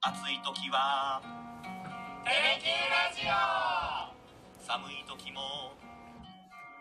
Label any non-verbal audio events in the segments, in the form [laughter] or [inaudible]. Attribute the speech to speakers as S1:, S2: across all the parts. S1: 暑い時は
S2: テレキューラジオ
S1: 寒い時も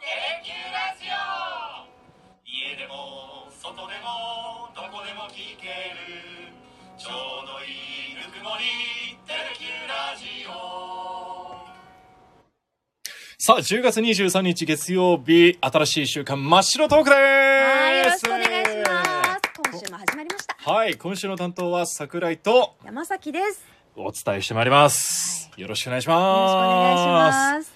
S2: テレキューラジオ
S1: 家でも外でもどこでも聞けるちょうどいいぬくもりテレキューラジオ
S3: さあ、10月23日月曜日、新しい週間真っ白トークで
S4: はい、よろ
S3: ー
S4: し
S3: す
S4: くお願いします。今週も始まりました。
S3: はい、今週の担当は桜井と
S4: 山崎です。
S3: お伝えしてまいります。よろしくお願いし
S4: よろしくお願い
S3: ま
S4: し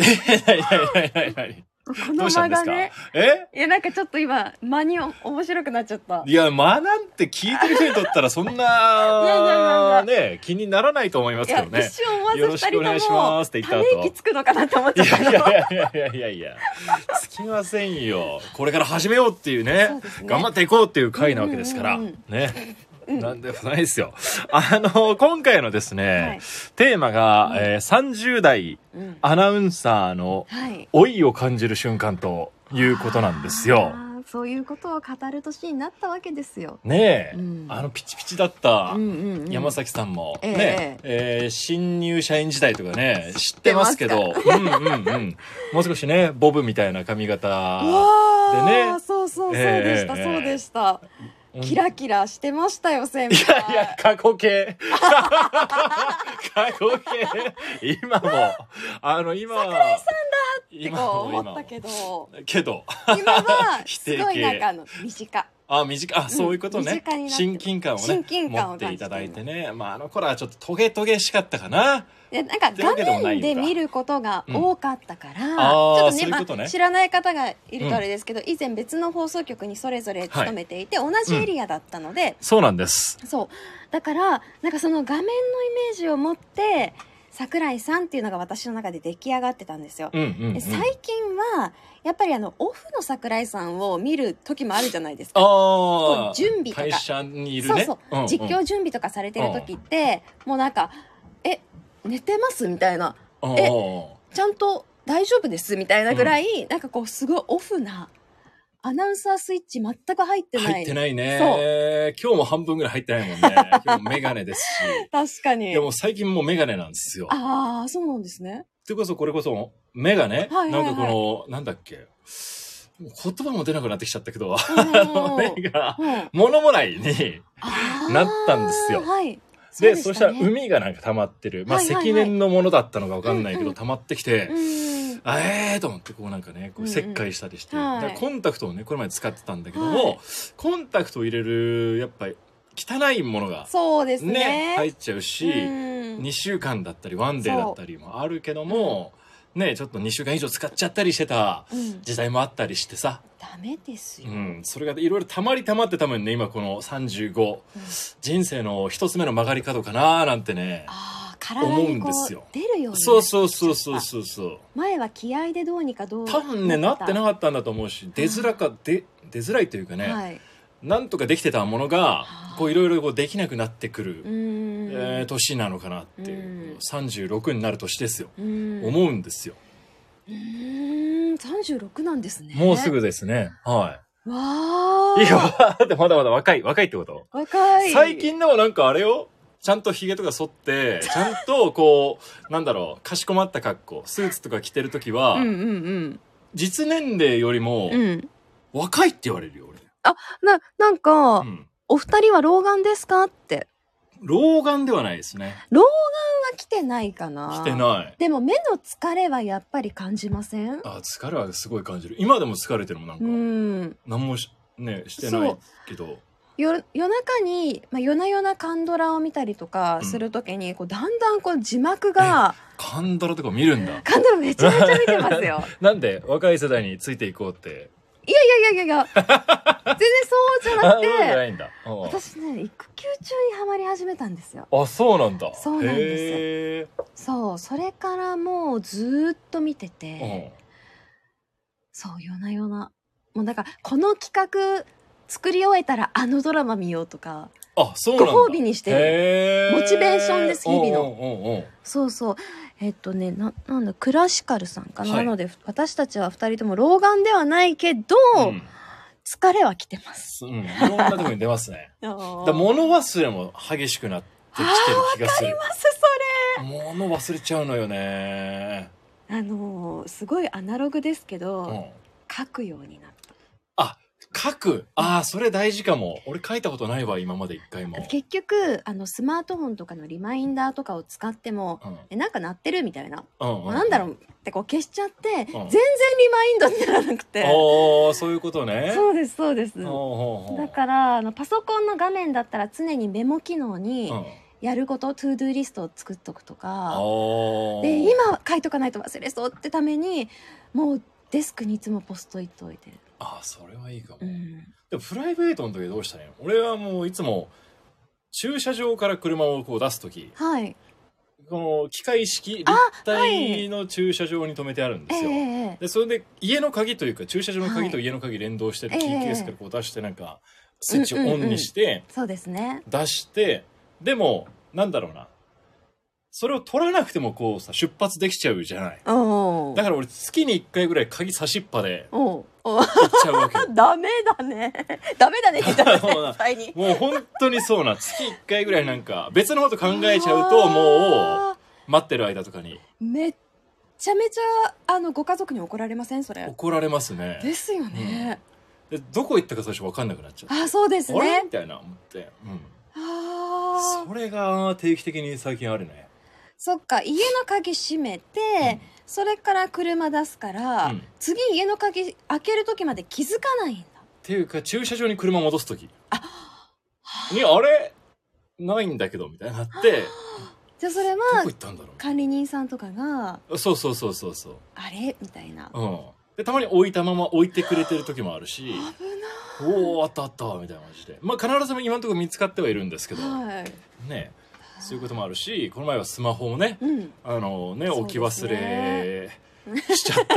S4: ます。
S3: す。はい [laughs] はいはいはい
S4: こ
S3: ど
S4: の
S3: うした
S4: 間
S3: んです
S4: が
S3: か
S4: ね、
S3: え
S4: いやなんかちょっと今間に面白くなっちゃった。
S3: いや、まあなんて聞いてる人にとったらそん
S4: [laughs] いやい
S3: な、
S4: やい
S3: ね、気にならないと思います
S4: い
S3: け
S4: や、
S3: どね
S4: 一。瞬思わず
S3: よ
S4: 二
S3: ろし
S4: 人
S3: く
S4: と
S3: お
S4: も
S3: 願いしますって言った
S4: た
S3: 後
S4: め息つくのかなって思っちゃ
S3: い
S4: った
S3: や
S4: の。
S3: いやいやいやいやいや、つきませんよ。これから始めようっていうね、
S4: そうですね
S3: 頑張っていこうっていう回なわけですから、
S4: うんうん
S3: ね。なんでもないですよ。あの、今回のですね、
S4: はい
S3: テーマが、えー30代
S4: うん
S3: アナウンサーの
S4: はい。
S3: 老いを感じる瞬間ということなんですよ。
S4: あー。そういうことを語る年になったわけですよ。
S3: ねえ、
S4: うん
S3: あのピチピチだった
S4: うんうんうん
S3: 山崎さんも、
S4: ええ
S3: ね、えー新入社員時代とかね、知ってますけど、うんうんうん。もう少しね、ボブみたいな髪型。
S4: わあ、
S3: でね
S4: そうそうそう
S3: ええ
S4: でした、
S3: ええ
S4: そうでした、
S3: うん
S4: キラキラしてましたよ先
S3: い
S4: 輩
S3: やいや、過去形。過去形。今も、あの、今は、
S4: って
S3: 今
S4: こ
S3: も
S4: う
S3: 今
S4: 思った
S3: も。
S4: けど
S3: けど、
S4: 今は
S3: 否
S4: す
S3: 定形
S4: ごいなんかあの
S3: [laughs]
S4: 身近
S3: あ、短い、あ、そういうこと
S4: 身
S3: ね
S4: 近にな。ってる
S3: 親近感をね
S4: 親、近感を
S3: 持っていただいて
S4: 感
S3: ね。まあ、あの頃はちょっとトゲトゲしかったかな。
S4: いやなんか
S3: ってわ
S4: 画
S3: けでもない
S4: 面
S3: のか
S4: で見ることが多かったから、
S3: ん
S4: ち
S3: あー
S4: ょっと
S3: そう
S4: ね
S3: いうことね
S4: まあ、知らない方がいるとあれですけど、以前別の放送局にそれぞれ勤めていて、同じエリアだったので、
S3: そうなんです。
S4: そうだからなんかその画面のイメージを持って桜井さんっていうのが私の中で出来上がってたんですよ。
S3: うんうん、うん。
S4: で最近はやっぱりあのオフの桜井さんを見る時もあるじゃないですか。
S3: ああ。
S4: 準備とか
S3: 会社にいるね。
S4: そうそう、
S3: んん
S4: 実況準備とかされてる時って、もうなんか「え寝てます?」みたいなえ「ちゃんと大丈夫です」みたいなぐらい、なんかこうすごいオフなアナウンサースイッチ全く入ってない
S3: 入ってないね。今日も半分ぐらい入ってない
S4: [laughs]
S3: もんね。今日もメガネですし。
S4: 確か
S3: い
S4: に
S3: やもう最近もうメガネなんですよ。
S4: ああそうなんで
S3: [laughs]
S4: すね
S3: それこそこれこそメガネ、
S4: はいはいはい
S3: なんかこの、なんだっけ。もう言葉も出なくなってきちゃったけど、あの
S4: うん
S3: [laughs] 目が、
S4: うん
S3: 物もないに。
S4: あー
S3: なったんですよ
S4: はい
S3: で、そしたら
S4: うね
S3: 海がなんか溜まってる。まあ、
S4: はいはいはい
S3: 積年のものだったのかわかんないけ
S4: うんう
S3: ど、
S4: ん
S3: 溜まってきて、
S4: うん
S3: あえーと思ってこうなんかねこう
S4: うんうん
S3: 切開したりして、
S4: はい
S3: だからコンタクトをねこれまで使ってたんだけども、
S4: はい
S3: コンタクトを入れるやっぱり汚いものが
S4: そうです
S3: ね
S4: ね
S3: 入っちゃうし、
S4: うん
S3: 2週間だったりワンデーだったりもあるけども、ねちょっと2週間以上使っちゃったりしてた
S4: うん
S3: 時代もあったりしてさ、
S4: ダメです
S3: う
S4: よ、
S3: ん、それがいろいろたまりたまってたまにね今この35、人生の一つ目の曲がり角かなーなんてね
S4: ああ体
S3: 思う
S4: に
S3: ん
S4: こ
S3: です
S4: う
S3: よ
S4: 出るようになっちゃっ
S3: そ
S4: た
S3: うそうそうそうそうそう。
S4: 前は気合でどうにかどう
S3: 多分ねなってなかったんだと思うし出づらかで出づらいというかね、
S4: はい
S3: なんとかできてたものが
S4: あー
S3: こういろいろこうできなくなってくる、
S4: うーん
S3: えー年なのかなっていう、
S4: うん
S3: 36になる年ですよ、
S4: うん
S3: 思うんですよ
S4: うーん36なんですね
S3: もうすぐですねは
S4: わあ
S3: いいいよでまだまだ若い若いってこと、
S4: 若い
S3: 最近でもなんかあれよちゃんとひげとか剃ってちゃんとこうなんだろうかしこまった格好スーツとか着てる時は、
S4: うんうん
S3: 実年齢よりも
S4: うんうん
S3: 若いって言われるよ
S4: ななんか、
S3: 俺、うん、
S4: お二人は老眼ですかって
S3: 老眼ではないですね
S4: 老眼は来てないかな
S3: してない
S4: でも目の疲れはやっぱり感じません
S3: あ疲れはすごい感じる今でも疲れてるもんなんか、
S4: うん
S3: 何もし,、ね、してないけど
S4: 夜夜中に、まあ、夜な夜なカンドラを見たりとかするときに、こうだんだんこう字幕が、
S3: カンドラとか見るんだ
S4: カンドラめちゃめちゃ見
S3: [laughs]
S4: てますよ
S3: なんで若い世代についていこうって
S4: いやいやいやいやいや全然そうじゃな
S3: あ
S4: く
S3: そうじゃ
S4: て
S3: ないんだうん
S4: 私ね育休中にハマり始めたんですよ
S3: あそうなんだ
S4: そうなんです
S3: へ
S4: そうそれからもうずーっと見てて、
S3: え、
S4: そう夜な夜なもうなんかこの企画作り終えたらあのドラマ見ようとか
S3: うん、あそうなんだ
S4: ご褒美にしてる
S3: へえ
S4: モチベーションです日々の
S3: うんうんうんうん
S4: そうそうえっとねななんだクラシカルさんかな、
S3: はい
S4: なので私たちは2人とも老眼ではないけど、
S3: うん
S4: 疲れは来てます。
S3: すうん、いろんなところに出ます
S4: [laughs]
S3: ね。
S4: だ
S3: だ物忘れも激しくなってきてる気がす
S4: あり
S3: る。
S4: ますそ
S3: 物忘れちゃうのよね。
S4: れあのーすごいアナログですけど、
S3: うん。
S4: 書くようになっ
S3: 書く。ああ、それ大事かも。俺書いたことないわ、今まで一回も
S4: た。結局あのスマートフォンとかのリマインダーとかを使っても
S3: うん。
S4: えなんか鳴ってるみたいな、
S3: うん
S4: もうなんだろうってこう消しちゃって、全然
S3: ん
S4: リマインドにならなくて、
S3: ああ、そういうことね。
S4: そうですそうです、だ
S3: だ
S4: からあのパソコンの画面だったら常にメモ機能に
S3: うん、
S4: やること、トゥードゥーリストを作っとくと
S3: あ
S4: か
S3: ー
S4: で今書いとかないと忘れそうってためにもうデスクにいつもポストイット置いてる、
S3: あーそれはいいかも、
S4: うん、
S3: でもプライベートの時はどうしたらいいの俺はもういつも駐車場から車をこう出す時
S4: はい
S3: この機械式立体の駐車場に止めてあるんで
S4: ええ
S3: すよ、
S4: ええ
S3: でそれで家の鍵というか駐車場の
S4: は
S3: 鍵
S4: い
S3: と家の鍵連動してる
S4: ええ
S3: キーケースからこう出してなんかスイッチをオンにして
S4: そうですね
S3: 出してでもなんだろうなそれを取らなくてもこうさ出発できちゃうじゃない
S4: お
S3: だから俺月に1回ぐらい鍵差しっぱで [laughs]
S4: おうおう
S3: 行っちゃうわけよ
S4: [laughs] ダメだね [laughs] ダメだねって言った
S3: [laughs]
S4: ら絶対に
S3: もう本当にそうな月1回ぐらいなんか別のこと考えちゃうともう
S4: う
S3: 待ってる間とかに
S4: めっちゃめちゃあのご家族に怒られませんそれ
S3: 怒られますね
S4: ですよね、
S3: でどこ行ったか最初分かんなくなっちゃって
S4: ああそうです
S3: あれ
S4: ね
S3: みたいな思って、うん、
S4: ああ
S3: それが定期的に最近あるね
S4: そっか家の鍵閉めて、それから車出すから、
S3: うん
S4: 次家の鍵開ける時まで気づかないんだ
S3: っていうか駐車場に車戻す時にあれないんだけどみたいになって
S4: じゃあそれは
S3: どこ行ったんだろ
S4: 管理人さんとかが
S3: うそうそうそうそうそう
S4: 「あれ?」みたいな
S3: うんでたまに置いたまま置いてくれてる時もあるしおおあったあったみたいな感じでまあ必ず今のところ見つかってはいるんですけど、
S4: はい
S3: ねそういうこともあるしこの前はスマホをね
S4: うん
S3: あのね
S4: そう
S3: 置
S4: です
S3: き
S4: ね
S3: 忘れしちゃ
S4: [laughs]
S3: った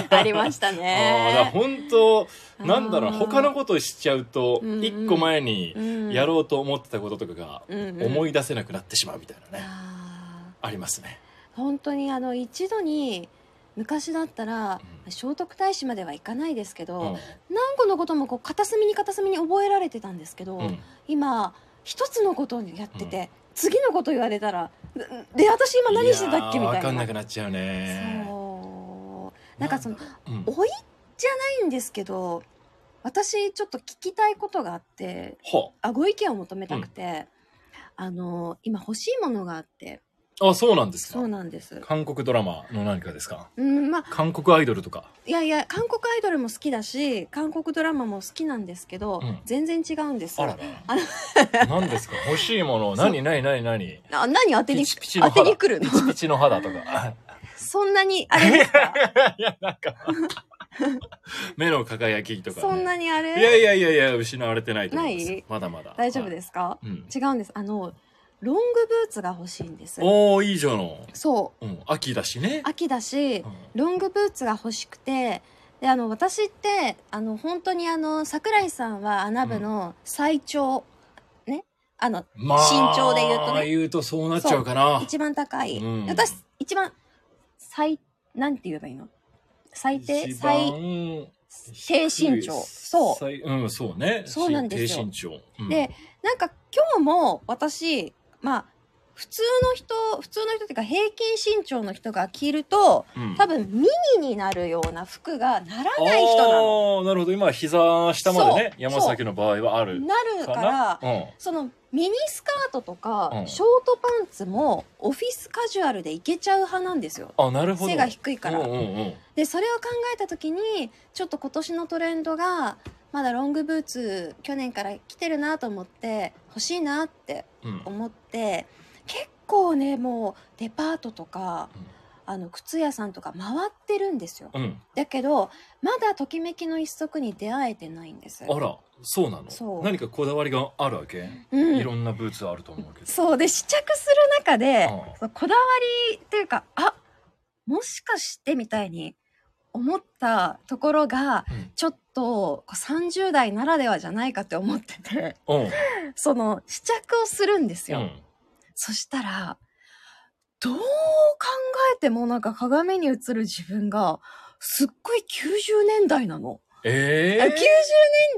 S3: り
S4: ありました
S3: あーだから
S4: ね
S3: 本当なんだろう
S4: あー
S3: 他のことしちゃうと
S4: うんうん
S3: 一個前に
S4: うん
S3: やろうと思ってたこととかが
S4: うんうん
S3: 思い出せなくなってしまうみたいなね、
S4: あ
S3: ありますね
S4: ー本当にあの一度に昔だったら
S3: うん
S4: 聖徳太子まではいかないですけ
S3: うん
S4: ど、何個のこともこう片隅に片隅に覚えられてたんですけど、
S3: うん
S4: 今一つのことをやってて、次のこと言われたら「んで私今何してたっけ?」み
S3: やー
S4: た
S3: わか
S4: い
S3: ん
S4: な
S3: なくなっちゃうね
S4: そうなんかその
S3: うん
S4: 老いじゃないんですけど私ちょっと聞きたいことがあって
S3: は
S4: あご意見を求めたくて、あの今欲しいものがあって
S3: あそうなんです
S4: そ
S3: か
S4: うなんです
S3: 韓国ドラマの何かですか
S4: うんまあ
S3: 韓国アイドルとか
S4: いやいや韓国アイドルも好きだし韓国ドラマも好きなんですけど、
S3: うん
S4: 全然違うんです
S3: あらら何ですか欲しいもの何何何何
S4: あ何当てに
S3: ピチピチの
S4: 当
S3: 肌
S4: てにくるの [laughs]
S3: ピチピチの肌とか [laughs]
S4: そんなにあれですか
S3: いやなんか目の輝きとか、ね、
S4: そんなにあれ
S3: いやいやいやいや失われてないと思います
S4: ない
S3: まだまだ、
S4: 大丈夫ですすか、
S3: はいうん、
S4: 違うんですあのロングブーツが欲しいんです
S3: おおいいじゃの、
S4: そ
S3: うん、秋だしね
S4: う秋だし
S3: うん
S4: ロングブーツが欲しくてであの私ってあの本当にあの桜井さんは穴部の最長、ねあの
S3: ま
S4: 身長で言うとね
S3: 言うとそうなっちゃうかな
S4: 一番高い、
S3: うん
S4: 私一番最なんて言えばいいの最低
S3: 一番
S4: 最低身長そう
S3: 最うんそうね
S4: そうなんです
S3: 低
S4: よ
S3: 身長、うん
S4: でなんか今日も私まあ普通の人普通の人っていうか平均身長の人が着ると
S3: うん
S4: 多分ミニになるような服がならない人なの。
S3: あーなるほど今は膝下までね
S4: そう
S3: 山崎の場合はある
S4: なる
S3: か
S4: か
S3: な
S4: ら
S3: うん、
S4: そのミニスカートとか、
S3: うん
S4: ショートパンツもオフィスカジュアルでいけちゃう派なんですよ
S3: あなるほど
S4: 背が低いから、
S3: うんうんうん
S4: でそれを考えた時にちょっと今年のトレンドがまだロングブーツ去年から来てるなと思って欲しいなって
S3: うん
S4: 思って結構ねもうデパートとか、
S3: うん
S4: あの靴屋さんとか回ってるんですよ
S3: うん、
S4: だけどまだときめきの一足に出会えてないんです
S3: あらそうなの
S4: そう
S3: 何かこだわりがあるわけ、
S4: うん
S3: いろんなブーツあると思うけど
S4: そうで試着する中で
S3: うん
S4: そのこだわりっていうかあもしかしてみたいに思ったところが、
S3: うん
S4: ちょっとこう30代ならではじゃないかって思ってて [laughs]
S3: うんうん
S4: その試着をするんですよ、そしたらどう考えてもなんか鏡に映る自分がすっごい90年代なの
S3: ええ
S4: あの90
S3: え
S4: 年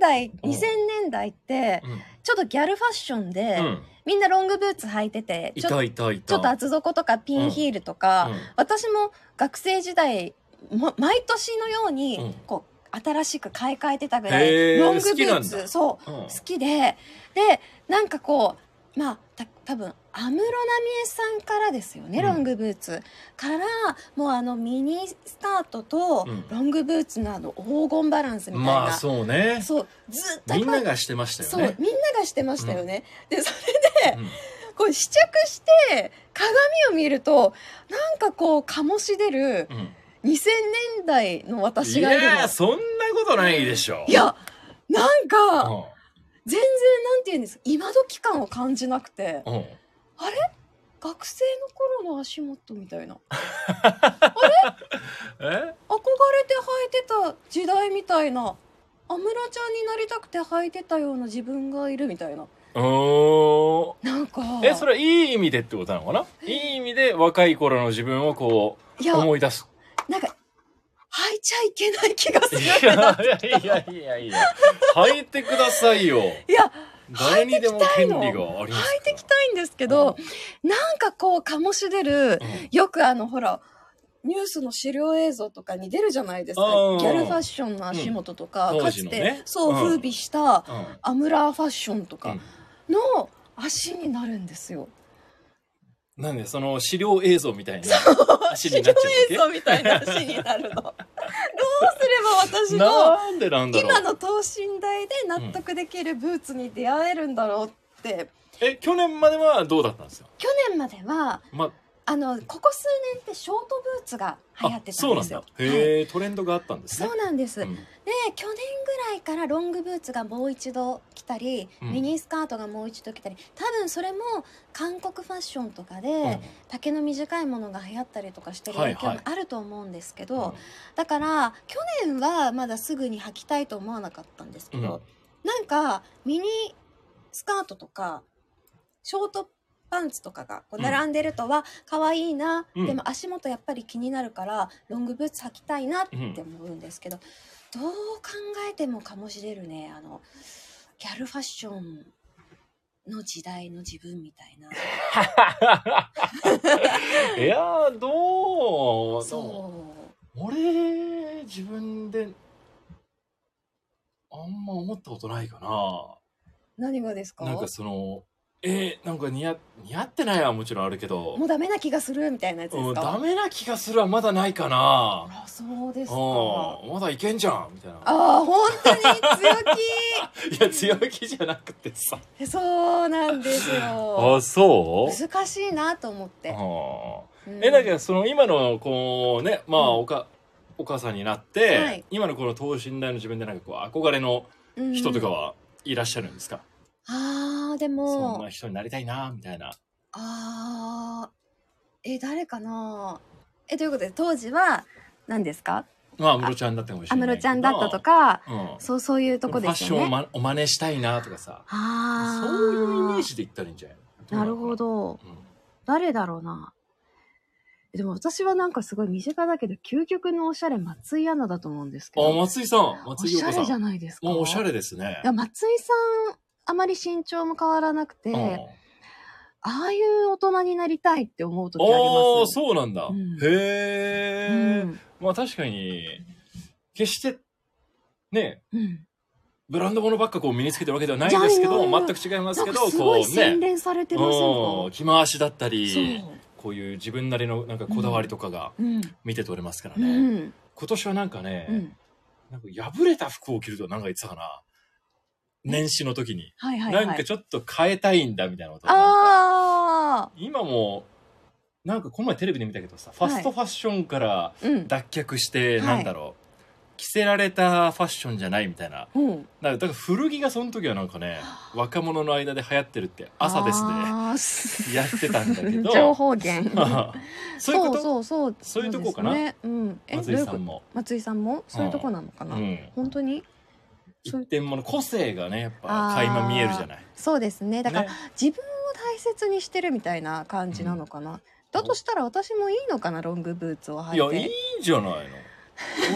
S4: 代
S3: うん
S4: 2000年代って
S3: うん
S4: ちょっとギャルファッションで、
S3: うん
S4: みんなロングブーツ履いてて
S3: い
S4: ちょ
S3: たいたいた
S4: ちょっと厚底とかピンヒールとか、私も学生時代、ま、毎年のように、
S3: うん
S4: こう新しく買い替えてたぐら
S3: へー
S4: いロングブ
S3: 好きな
S4: ー
S3: ん
S4: ツ
S3: だ
S4: そう
S3: うんうん
S4: 好きででなんかこうまあた多分安室奈美恵さんからですよね、
S3: うん
S4: ロングブーツからもうあのミニスタートと
S3: うん
S4: ロングブーツのあの黄金バランスみたいな、
S3: まあそうね
S4: そうずっと
S3: みんながしてましたよ
S4: そう
S3: ね
S4: みんながしてましたよね、でそれ
S3: うん
S4: こう試着して鏡を見るとなんかこう醸し出る
S3: うん
S4: 2000年代の私
S3: い
S4: がいるの
S3: やーそんなことないでしょ
S4: いやなん
S3: う
S4: か
S3: ん
S4: 全然なんて言うんですか今時感を感じなくて
S3: うん
S4: 学生の頃の足元みたいな
S3: え
S4: 憧れて履いてた時代みたいな安室ちゃんになりたくて履いてたような自分がいるみたいな
S3: うーん
S4: なんか
S3: えそれはいい意味でってことなのかないい意味で若い頃の自分をこ
S4: いうや
S3: 思い出す
S4: なんか履いちゃいけない気がするっ
S3: い
S4: て
S3: や
S4: なっ
S3: いやいやいやいや履いてくださいよ
S4: いや
S3: 誰にでも権利があります
S4: 履いてきたいんですけど、なんかこう醸し出るよくあのほらニュースの資料映像とかに出るじゃないですか
S3: うん
S4: ギャルファッションの足元とか、
S3: うん
S4: か
S3: 当時
S4: つて、
S3: のね
S4: そ
S3: う
S4: う
S3: ん
S4: 風靡した
S3: うんうん
S4: アムラーファッションと
S3: う
S4: か
S3: ん
S4: の足になるんですよ。
S3: なんでその資料映像みたいな足になっ
S4: 映
S3: ちゃ
S4: 像
S3: うわ
S4: みたいな足にな
S3: [laughs]
S4: るの。どうす
S3: け
S4: れば私の
S3: なんでなんだろ
S4: 今
S3: う
S4: の等身大で納得できるブーツに出会えるんだろうって、
S3: え去年まではどうだったんですか
S4: 去年までは
S3: ま
S4: あのここ数年ってショートブーツが流行
S3: あ
S4: ってた
S3: そうんな
S4: で
S3: ん
S4: すよ
S3: だ。へえトレンドがあったんですね
S4: そうなんです、
S3: うん
S4: で去年ぐらいからロングブーツがもう一度来たり、
S3: うん
S4: ミニスカートがもう一度来たり多分それも韓国ファッションとかで、
S3: うん
S4: 丈の短いものが流行ったりとかしてる
S3: はい
S4: 影
S3: はい
S4: 響もあると思うんですけど、
S3: うん
S4: だから去年はまだすぐに履きたいと思わなかったんですけど、なんかミニスカートとかショートパンツとかがこう並んでるとは可愛いな、
S3: うん
S4: でも足元やっぱり気になるからロングブーツ履きたいなって思うんですけど、どう考えても醸し出るねあのギャルファッションの時代の自分みたいな
S3: いやーどう
S4: そう
S3: 俺自分であんま思ったことないかな
S4: 何がですか
S3: なんかそのえー、なんか似合似合ってないはもちろんあるけど
S4: もうダメな気がするみたいなやつで
S3: う
S4: す
S3: ん、
S4: か
S3: ダメな気がするはまだないかな
S4: あそうで
S3: う
S4: すか
S3: んまだいけんじゃんみたいな
S4: ああ本当に強
S3: いや強気じゃなくてさ
S4: 気そうなんですよ
S3: そ
S4: 難しいなと思って、う
S3: えだけどその今のこうねまあおか、お母さんになって、
S4: はい
S3: 今のこの等身大の自分でなんかこう憧れの人とか
S4: は、
S3: はいらっしゃるんですか、
S4: ああで
S3: そん
S4: も
S3: な人になりたいなみたいな
S4: ああえ誰かなえということで当時は何ですか
S3: まあ安室ちゃんだったかもしれ
S4: 安
S3: ない
S4: 室
S3: け
S4: ち
S3: ど
S4: ゃんだったと、か
S3: うん、
S4: そうそういうとこです
S3: ファッション
S4: よ
S3: を
S4: ね
S3: まお真似したいなとかさ
S4: ああ
S3: そういうイメージで言ったらいいんじゃない
S4: なる
S3: ど
S4: ほど
S3: うなのか
S4: 誰だろうな。でも私はなんかすごい身近だけど、究極のおしゃれ、松井アナだと思うんですけ
S3: な、
S4: ど。
S3: うんあ松井さん
S4: お
S3: 松井
S4: し
S3: 陽
S4: ゃ
S3: 子
S4: れじ
S3: さ
S4: ゃ
S3: ん
S4: ないですか。
S3: もうおしゃれですね
S4: いや、松井さん、あまり身長も変わらなくて、
S3: うん
S4: ああいう大人になりたいって思う時あり
S3: あ
S4: ま
S3: あ
S4: す。
S3: そうなんだ、
S4: うん
S3: へえ、
S4: うん
S3: まあ確かに決してね
S4: うん、
S3: ブランドものばっかこう身につけてるわけではないんですけ
S4: じ
S3: ど
S4: ゃない
S3: 全く違います
S4: なん
S3: け
S4: か
S3: ど
S4: すごい
S3: こうね
S4: 洗練されてませんか、
S3: うん着回しだったり
S4: そう、
S3: こういう自分なりのなんかこだわりとかが
S4: うん
S3: 見て取れますから
S4: う
S3: ね、
S4: ん
S3: 今年はなんかね、
S4: うん、
S3: なんか破れた服を着るとなんか言ってたかな年始の時に、
S4: はいはいはい
S3: なんかちょっと変えたいんだみたいなことなんか
S4: あ
S3: 今もなんかこの前テレビで見たけどさファストファッションから
S4: あうん
S3: 脱却して、
S4: はい
S3: なんだろう着せられたファッションじゃないみたいな
S4: うん
S3: だからだから古着がその時はなんかね若者の間で流行ってるって朝ですね
S4: あー
S3: やってたんだけど
S4: [laughs] 情報源
S3: [laughs] そういうこと
S4: そうそうそう
S3: そういうとこかな
S4: そうですねうん、え
S3: 松井さ
S4: どうい
S3: ん
S4: うこ
S3: も
S4: と松井さんもそういうとこなのかな、
S3: うん
S4: 本当にそう
S3: 一点もの個性がねやっぱ垣間見えるじゃない
S4: そうですねだから、
S3: ね
S4: 自分を大切にしてるみたいな感じなのかな、だとしたら私もいいのかなロングブーツを履い
S3: い
S4: て
S3: やいいんじゃないの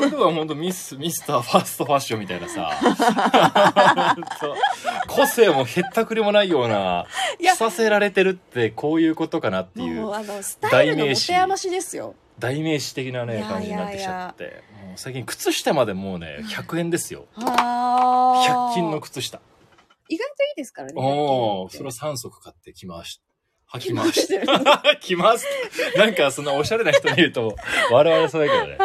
S3: 俺とか本当ミス、ミスターファーストファッションみたいなさ、
S4: [laughs]
S3: そう個性もへったくれもないような、
S4: いや
S3: 着させられてるってこういうことかなってい
S4: もう
S3: う、
S4: あのスタイル
S3: 代
S4: の
S3: 名
S4: 持
S3: 詞
S4: て余しですよ
S3: 代名詞的ないね、
S4: や
S3: 感じになってきちゃって。もう最近靴下までもうね、100円ですよ。
S4: はあ
S3: 100均の靴下。
S4: 意外といいですからね
S3: おお、
S4: 100
S3: そ
S4: 均
S3: れは
S4: なんて
S3: 3足買ってきました。
S4: [laughs]
S3: 履き
S4: き
S3: ま
S4: ま
S3: し。
S4: した
S3: [laughs] きます。なんかそんなおしゃれな人に言う
S4: [laughs]
S3: と笑われそうだけどね。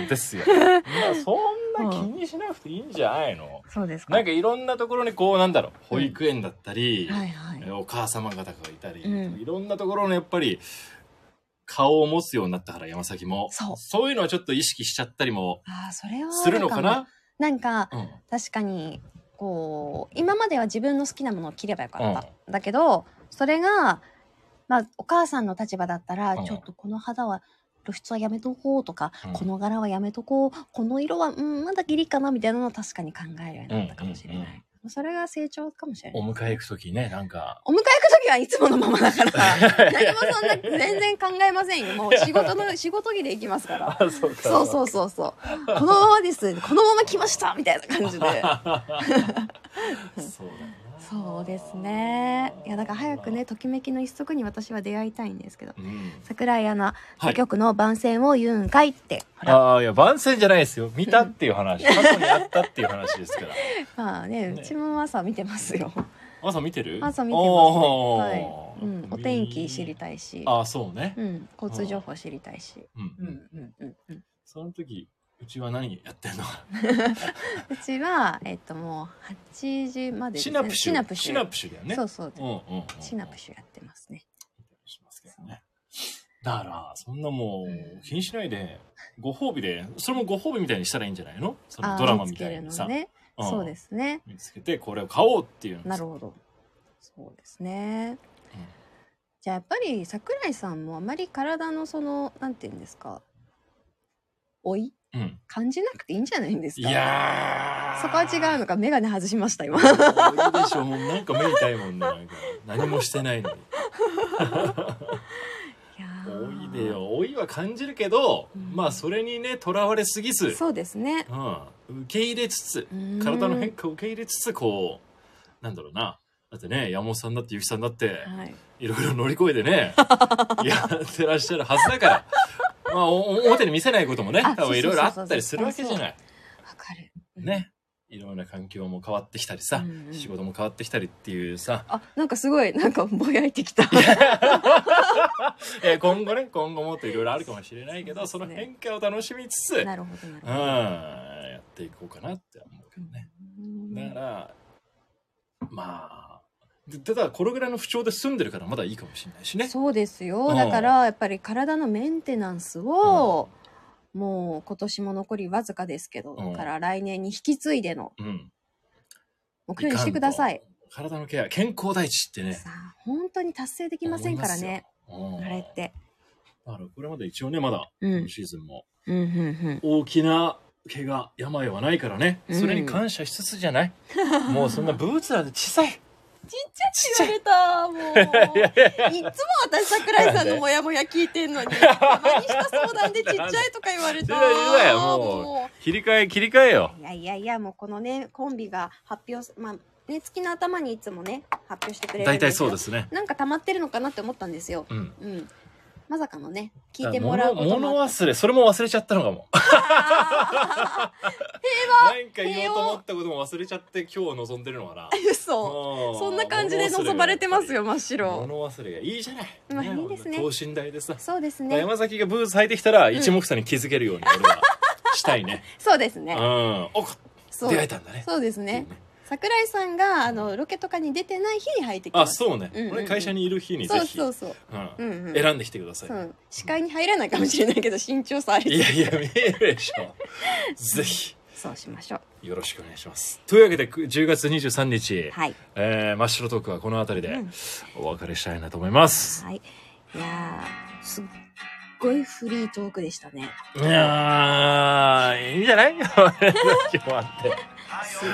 S3: うんですよ。まあそんな気にしなくていいんじゃないの
S4: そうですか
S3: なんかいろんなところにこうなんだろう、保育園だったり、
S4: はいはい
S3: お母様方がいたり、
S4: うん
S3: いろんなところのやっぱり顔を持つようになったから山崎も。
S4: そう
S3: そういうのはちょっと意識しちゃったりも
S4: ああそれはある
S3: するのか
S4: も
S3: な
S4: なんか
S3: うん。
S4: 確かにこう今までは自分の好きなものを着ればよかった、
S3: う
S4: だけどそれが、まあ、お母さんの立場だったら、
S3: うん
S4: ちょっとこの肌は露出はやめとこうとか、
S3: うん
S4: この柄はやめとこうこの色は、うん、まだギリかなみたいなのを確かに考えるようになったかもしれない、
S3: うんうん
S4: それが成長かもしれない
S3: お迎え行くときね、なんか。
S4: お迎え行く時はいつものままだから
S3: [laughs]
S4: 何もそんな全然考えませんよもう仕事の仕事着で行きますから
S3: あ、 [laughs] そうか。
S4: そうそうそうそうこのままですこのまま来ましたみたいな感じで。
S3: そうだな
S4: そうですね。いやだから早くね、ときめきの一足に私は出会いたいんですけど。
S3: うん、
S4: 桜井アナ、
S3: はい
S4: 他局の番宣を言うんかいって。ほら
S3: ああいや番宣じゃないですよ見たっていう
S4: [laughs]
S3: 話過去にあったっていう話ですから
S4: まあね、う
S3: ね
S4: ちも朝見てますよ。 [laughs]
S3: 朝見てる
S4: 朝見てますね。
S3: おー
S4: はい。うん、お天気知りたいし。
S3: ああそうね
S4: うん、交通情報知りたいし。
S3: うん、
S4: うんうんうんうん。う
S3: その時うちは何やってんの
S4: ちはえっともう8時までです
S3: シ
S4: ね
S3: ナプシュ
S4: シナプシュ。
S3: だよね
S4: そうそう。
S3: うんうんうん、
S4: シナプ
S3: ュ
S4: シュやってますね。
S3: しますけどねだからそんなも
S4: うん
S3: う気にしないでご褒美でそれもご褒美みたいにしたらいいんじゃないのそのドラマみたいに
S4: あ
S3: さ、
S4: ー見つけるのね。
S3: ん
S4: そうですね。
S3: 見つけてこれを買おうっていうの
S4: なるほど。そうですね。
S3: うん
S4: じゃあやっぱり桜井さんもあまり体のそのなんて言うんですか老い
S3: うん
S4: 感じなくていいんじゃないんです
S3: い
S4: か
S3: やー
S4: そこは違うのか眼鏡外しました今
S3: 多いでしょもうなんか目痛いもんねなんか何もしてないのに多いでよ多いは感じるけど、
S4: うん
S3: まあそれにねとらわれすぎず
S4: そうですね
S3: うん、受け入れつつ体の変化を受け入れつつこうなんだろうなだってね山本さんだってゆきさんだって
S4: 化はい
S3: いろいろ乗り越えて
S4: [laughs]
S3: ねやってらっしゃるはずだからまあお表に見せないこともね
S4: あ
S3: 多分いろいろあったりす
S4: そうそうそうそう
S3: るわけじゃない。
S4: わかる
S3: ねいろんな環境も変わってきたりさ、
S4: うんうん
S3: 仕事も変わってきたりっていうさ、
S4: あなんかすごいなんかぼやいてきた
S3: えー今後ね今後もっといろいろあるかもしれないけどそ,、
S4: そうです
S3: の
S4: ね
S3: 変化を楽しみつつ、うん
S4: [laughs] なるほどなるほ
S3: やっていこうかなって思うけど
S4: ど
S3: ね、
S4: うん
S3: だからまあでただこれぐらいの不調で済んでるからまだいいかもしれないしね
S4: そうです
S3: う
S4: よ
S3: ん
S4: だからやっぱり体のメンテナンスをもう今年も残りわずかですけど
S3: うん
S4: から来年に引き継いでの
S3: うん
S4: 目標にしてください
S3: かんと体のケア健康第一ってね
S4: さあ本当に達成できませんからね
S3: 思います
S4: あ
S3: よ
S4: れって。
S3: うんだからこれまで一応ねまだ
S4: うん
S3: 今シーズンも、
S4: うんうんうん
S3: 大きな怪我病はないからね
S4: うん
S3: それに感謝しつつじゃ
S4: [laughs]
S3: ない、もうそんなブーツなんて小さい
S4: 言われたも
S3: [laughs]
S4: う
S3: いやいやいや
S4: いつも私桜井さんのモヤモヤ聞い
S3: [laughs]
S4: てんのにたまにした相談でちっちゃいとか言われた
S3: なんでなんでだよも [laughs] 切り替え切り替えよ
S4: [laughs] ういやいやいやもうこのねコンビが発表すまあね月の頭にいつもね発表してくれるん
S3: 大体そうですすね
S4: けどなんか溜まってるのかなって思ったんですよ
S3: うん
S4: うんまさかのね聞いてもらうこ
S3: 物
S4: と
S3: 物
S4: も
S3: 忘れそれも忘れちゃったのか
S4: [laughs]
S3: もなんか
S4: [laughs]
S3: 言おうと思ったことも忘れちゃって今日望んでるのかな
S4: 嘘
S3: うん
S4: そんな感じで望まれてますよ真っ白
S3: 物忘れがいいじゃない、
S4: まあいいですね
S3: 等身大でさ、
S4: そうですね
S3: 山崎がブーツ履いてきたら一目散に気づけるように俺はしたい
S4: [laughs]
S3: ね
S4: そうです
S3: うん
S4: ね
S3: おこ
S4: そう
S3: 出会えたんだね
S4: そうです
S3: ってい
S4: ね
S3: うね
S4: 桜井さんがあのロケとかに出てない日に履いてき
S3: あ
S4: ます
S3: そうね、
S4: うんうんうん
S3: 俺会社にいる日にぜ
S4: そう
S3: ひ
S4: そうそう
S3: う
S4: うんんうん
S3: 選んできてください、
S4: そう視界に入らないかもしれないけど身長差あ
S3: い
S4: り
S3: やいや見えるでし
S4: [laughs]
S3: ょぜひ
S4: そうしましょう
S3: よろしくお願いしますというわけでく10月23日、
S4: はい
S3: えー真っ白トークはこの辺り
S4: う
S3: で
S4: ん
S3: お別れしたいなと思います、
S4: はいいやーすっごいフリートークでしたね
S3: いやーいいんじゃない [laughs] 今日はって
S4: すっ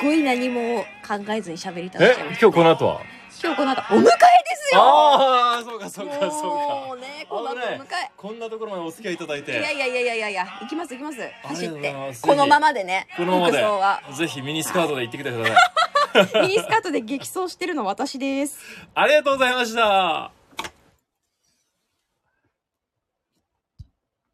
S4: ごい何も考えずに喋り倒し
S3: え
S4: ちゃいました
S3: 今日この後は
S4: 今日この後お迎えですですよ
S3: ああそうかそうかそう
S4: も
S3: か
S4: うねこの後
S3: 危ない
S4: 向かい
S3: こんなところまでお付き合いいただい
S4: いや
S3: て
S4: いやいやいやいやいや行きます行きます走っ
S3: ありがとうござい
S4: て
S3: ます
S4: このままでね
S3: このまま
S4: 服装は
S3: でぜひミニスカートで行ってきてください
S4: ミニスカートで激走してるの私です
S3: ありがとうございました